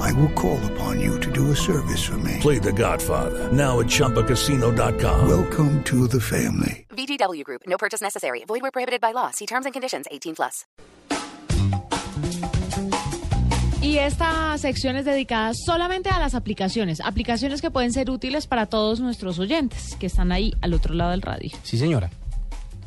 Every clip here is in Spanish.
I will call upon you to do a service for me. Play the Godfather, now at Chumpacasino.com. Welcome to the family. VGW Group. No purchase necessary. Void where prohibited by law. See terms and conditions. 18 plus. Y esta sección es dedicada solamente a las aplicaciones, aplicaciones que pueden ser útiles para todos nuestros oyentes que están ahí al otro lado del radio. Sí, señora.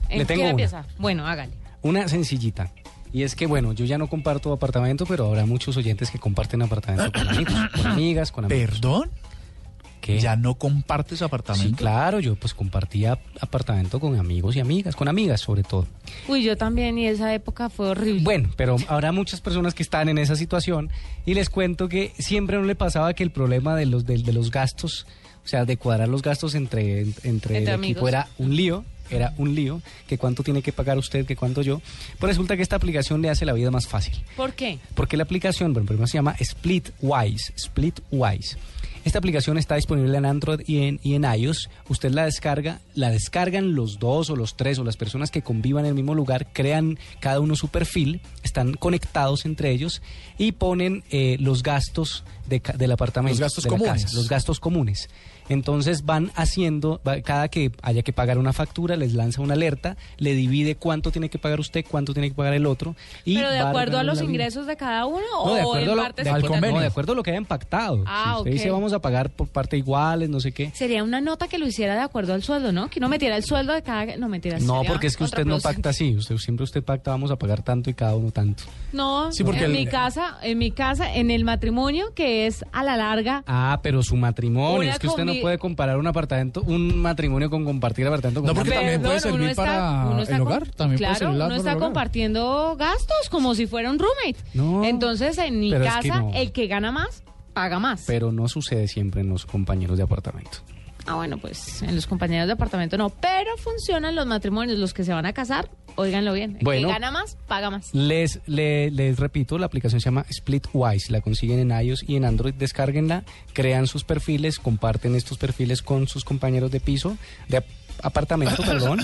¿En Le tengo quién una. empieza? Bueno, hágale. Una sencillita. Y es que, bueno, yo ya no comparto apartamento, pero habrá muchos oyentes que comparten apartamento con amigos, con amigas, con amigos. ¿Perdón? Ah, ¿Qué? ¿Ya no compartes apartamento? Sí, claro, yo pues compartía apartamento con amigos y amigas, con amigas sobre todo. Uy, yo también y esa época fue horrible. Bueno, pero habrá muchas personas que están en esa situación y les cuento que siempre no le pasaba que el problema de los, de, de los gastos, o sea, de cuadrar los gastos entre, en- entre, el Entre equipo amigos. era un lío, era un lío, que cuánto tiene que pagar usted, que cuánto yo. Pues resulta que esta aplicación le hace la vida más fácil. ¿Por qué? Porque la aplicación, bueno, primero se llama Splitwise. Splitwise. Esta aplicación está disponible en Android y en, y en iOS. Usted la descarga, la descargan los dos o los tres o las personas que convivan en el mismo lugar, crean cada uno su perfil, están conectados entre ellos y ponen eh, los gastos de ca- del apartamento. Los gastos de la comunes. casa, los gastos comunes. Entonces van haciendo, va- cada que haya que pagar una factura, les lanza una alerta, le divide cuánto tiene que pagar usted, cuánto tiene que pagar el otro. Y ¿Pero de va acuerdo a arreglando los la vida. ingresos de cada uno No, de o acuerdo, en a lo, partes de, al equitativas? convenio. No, de acuerdo a lo que haya impactado. Ah, si usted ok. dice vamos a pagar por parte iguales, no sé qué. Sería una nota que lo hiciera de acuerdo al sueldo, ¿no? Que no metiera el sueldo de cada... No, metiera No, porque es que usted no pacta así. Usted, siempre usted pacta vamos a pagar tanto y cada uno tanto. No, Sí, porque en el- mi casa, en mi casa, en el matrimonio, que es a la larga... Ah, pero su matrimonio. Una es que usted no combi- puede comparar un apartamento, un matrimonio con compartir apartamento con No, porque otra también Perdón, puede servir uno está- para uno está el com- hogar, también puede claro, servir para uno está el hogar. compartiendo gastos como si fuera un roommate. No, Entonces, en mi pero es casa, que no. el que gana más, paga más. Pero no sucede siempre en los compañeros de apartamento. Ah, bueno, pues en los compañeros de apartamento no. Pero funcionan los matrimonios, los que se van a casar, óiganlo bien. El Bueno. que gana más, paga más. Les, le- les repito, la aplicación se llama Splitwise. La consiguen en iOS y en Android. Descárguenla, crean sus perfiles, comparten estos perfiles con sus compañeros de piso, de ap- apartamento, perdón.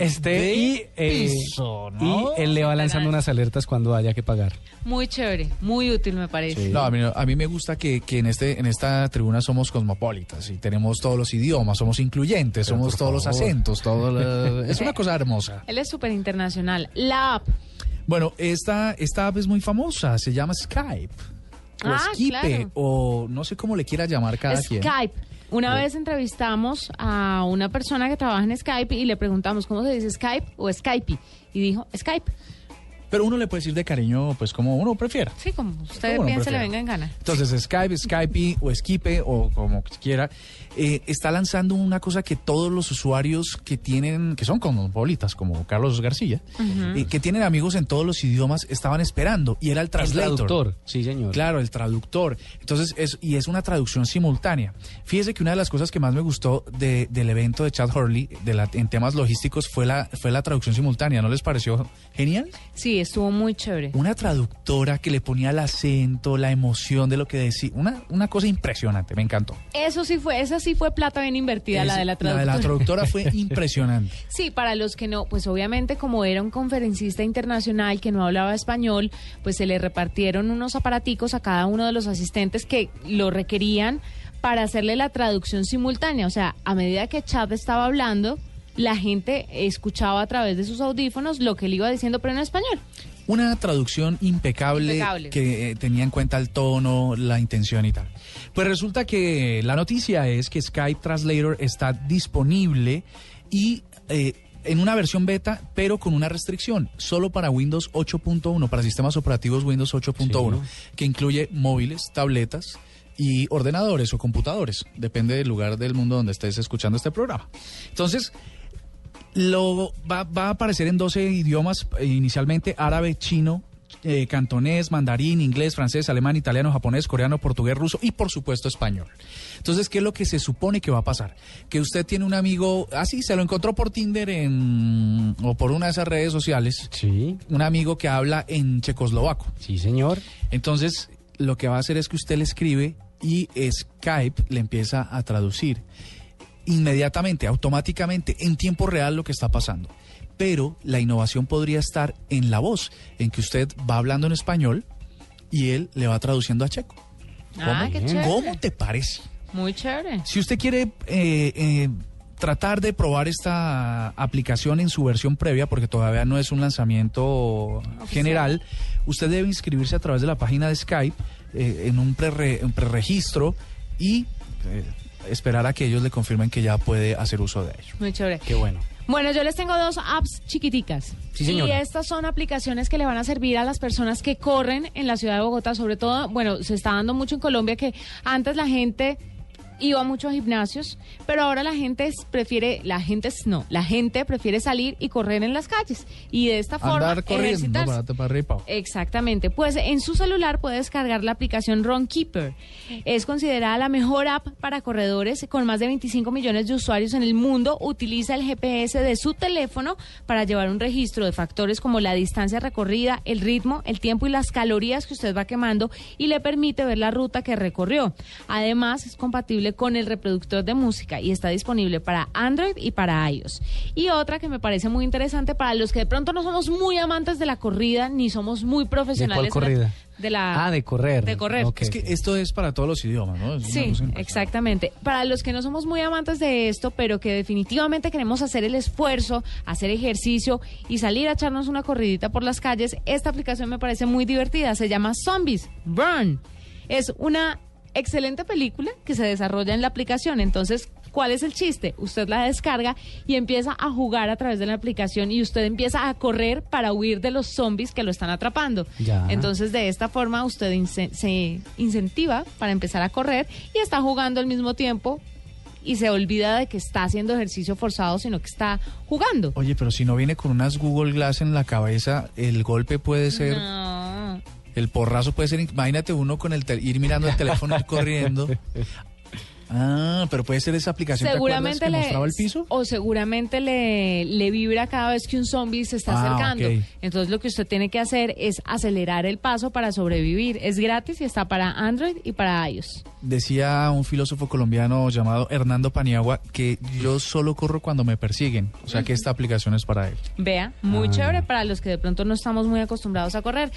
Este, y, eh, piso, ¿no? y él le va lanzando unas alertas cuando haya que pagar. Muy chévere, muy útil me parece. No, a mí, no- a mí me gusta que, que en, este, en esta tribuna somos cosmopolitas y tenemos todos los idiomas, somos incluyentes, Pero somos por todos los favor. acentos, todo lo- es una cosa hermosa. Él es súper internacional. La app. Bueno, esta, esta app es muy famosa, se llama Skype. O Ah, Skype, claro. o no sé cómo le quiera llamar cada quien. Skype. Una vez entrevistamos a una persona que trabaja en Skype y le preguntamos cómo se dice Skype o Skype. Y dijo Skype. Pero uno le puede decir de cariño, pues como uno prefiera. Sí, como usted Bueno, piense, le prefiero. venga en gana. Entonces Skype, Skype o Skype o como quiera, eh, está lanzando una cosa que todos los usuarios que tienen, que son cosmopolitas, como Carlos García, eh, que tienen amigos en todos los idiomas, estaban esperando y era el El translator. traductor, sí, señor. Claro, el traductor. Entonces, es, y es una traducción simultánea. Fíjese que una de las cosas que más me gustó de- del evento de Chad Hurley de la- en temas logísticos fue la, fue la traducción simultánea. ¿No les pareció genial? Sí, estuvo muy chévere. Una traductora que le ponía el acento, la emoción de lo que decía. Una, una cosa impresionante, me encantó. Eso sí fue, esa sí fue plata bien invertida, la Es- de la traductora. La de la traductora fue impresionante. Sí, para los que no, pues obviamente como era un conferencista internacional que no hablaba español, pues se le repartieron unos aparaticos a cada uno de los asistentes que lo requerían para hacerle la traducción simultánea. O sea, a medida que Chad estaba hablando, la gente escuchaba a través de sus audífonos lo que él iba diciendo, pero en español. Una traducción impecable, Impecable. que eh, tenía en cuenta el tono, la intención y tal. Pues resulta que la noticia es que Skype Translator está disponible y eh, en una versión beta, pero con una restricción, solo para Windows 8.1, para sistemas operativos Windows 8.1, que incluye móviles, tabletas y ordenadores o computadores, depende del lugar del mundo donde estés escuchando este programa. Entonces, lo va, va a aparecer en 12 idiomas, eh, inicialmente árabe, chino, eh, cantonés, mandarín, inglés, francés, alemán, italiano, japonés, coreano, portugués, ruso y por supuesto español. Entonces, ¿qué es lo que se supone que va a pasar? Que usted tiene un amigo, así se lo encontró por Tinder en, o por una de esas redes sociales, Sí, un amigo que habla en checoslovaco. sí, señor. Entonces, lo que va a hacer es que usted le escribe y Skype le empieza a traducir inmediatamente, automáticamente, en tiempo real lo que está pasando. Pero la innovación podría estar en la voz, en que usted va hablando en español y él le va traduciendo a checo. Ah, qué chévere. ¿Cómo te parece? Muy chévere. Si usted quiere eh, eh, tratar de probar esta aplicación en su versión previa, porque todavía no es un lanzamiento general, usted debe inscribirse a través de la página de Skype eh, en un prerre- un preregistro y eh, esperar a que ellos le confirmen que ya puede hacer uso de ello. Muy chévere. Qué bueno. Bueno, yo les tengo dos apps chiquiticas. Sí, y señora. estas son aplicaciones que le van a servir a las personas que corren en la ciudad de Bogotá, sobre todo, bueno, se está dando mucho en Colombia que antes la gente iba mucho a gimnasios, pero ahora la gente es- prefiere, la gente es- no, la gente prefiere salir y correr en las calles y de esta forma Andar corriendo, ejercitarse. para arriba y para abajo. Exactamente. Pues en su celular puede descargar la aplicación Runkeeper. Es considerada la mejor app para corredores con más de 25 millones de usuarios en el mundo. Utiliza el GPS de su teléfono para llevar un registro de factores como la distancia recorrida, el ritmo, el tiempo y las calorías que usted va quemando y le permite ver la ruta que recorrió. Además, es compatible con el reproductor de música y está disponible para Android y para iOS. Y otra que me parece muy interesante para los que de pronto no somos muy amantes de la corrida ni somos muy profesionales. cuál en la- corrida? De la, Ah, de correr. De correr. Ok. Es que esto es para todos los idiomas, ¿no? Es una Sí, cosa impresionante. exactamente. Para los que no somos muy amantes de esto, pero que definitivamente queremos hacer el esfuerzo, hacer ejercicio y salir a echarnos una corridita por las calles, esta aplicación me parece muy divertida. Se llama Zombies Burn. Es una excelente película que se desarrolla en la aplicación. Entonces, ¿cuál es el chiste? Usted la descarga y empieza a jugar a través de la aplicación y usted empieza a correr para huir de los zombies que lo están atrapando. Ya. Entonces, entonces, de esta forma, usted ince- se incentiva para empezar a correr y está jugando al mismo tiempo y se olvida de que está haciendo ejercicio forzado, sino que está jugando. Oye, pero si no viene con unas Google Glass en la cabeza, el golpe puede ser... No. El porrazo puede ser, imagínate uno con el tel- ir mirando el teléfono ir corriendo. Ah, pero puede ser esa aplicación Seguramente ¿te acuerdas que le oh. mostraba el piso. o seguramente le, le vibra cada vez que un zombie se está Ah, acercando. ok. Entonces lo que usted tiene que hacer es acelerar el paso para sobrevivir. Es gratis y está para Android y para iOS. Decía un filósofo colombiano llamado Hernando Paniagua que yo solo corro cuando me persiguen, o sea que esta aplicación es para él. Ah. Vea, muy chévere para los que de pronto no estamos muy acostumbrados a correr.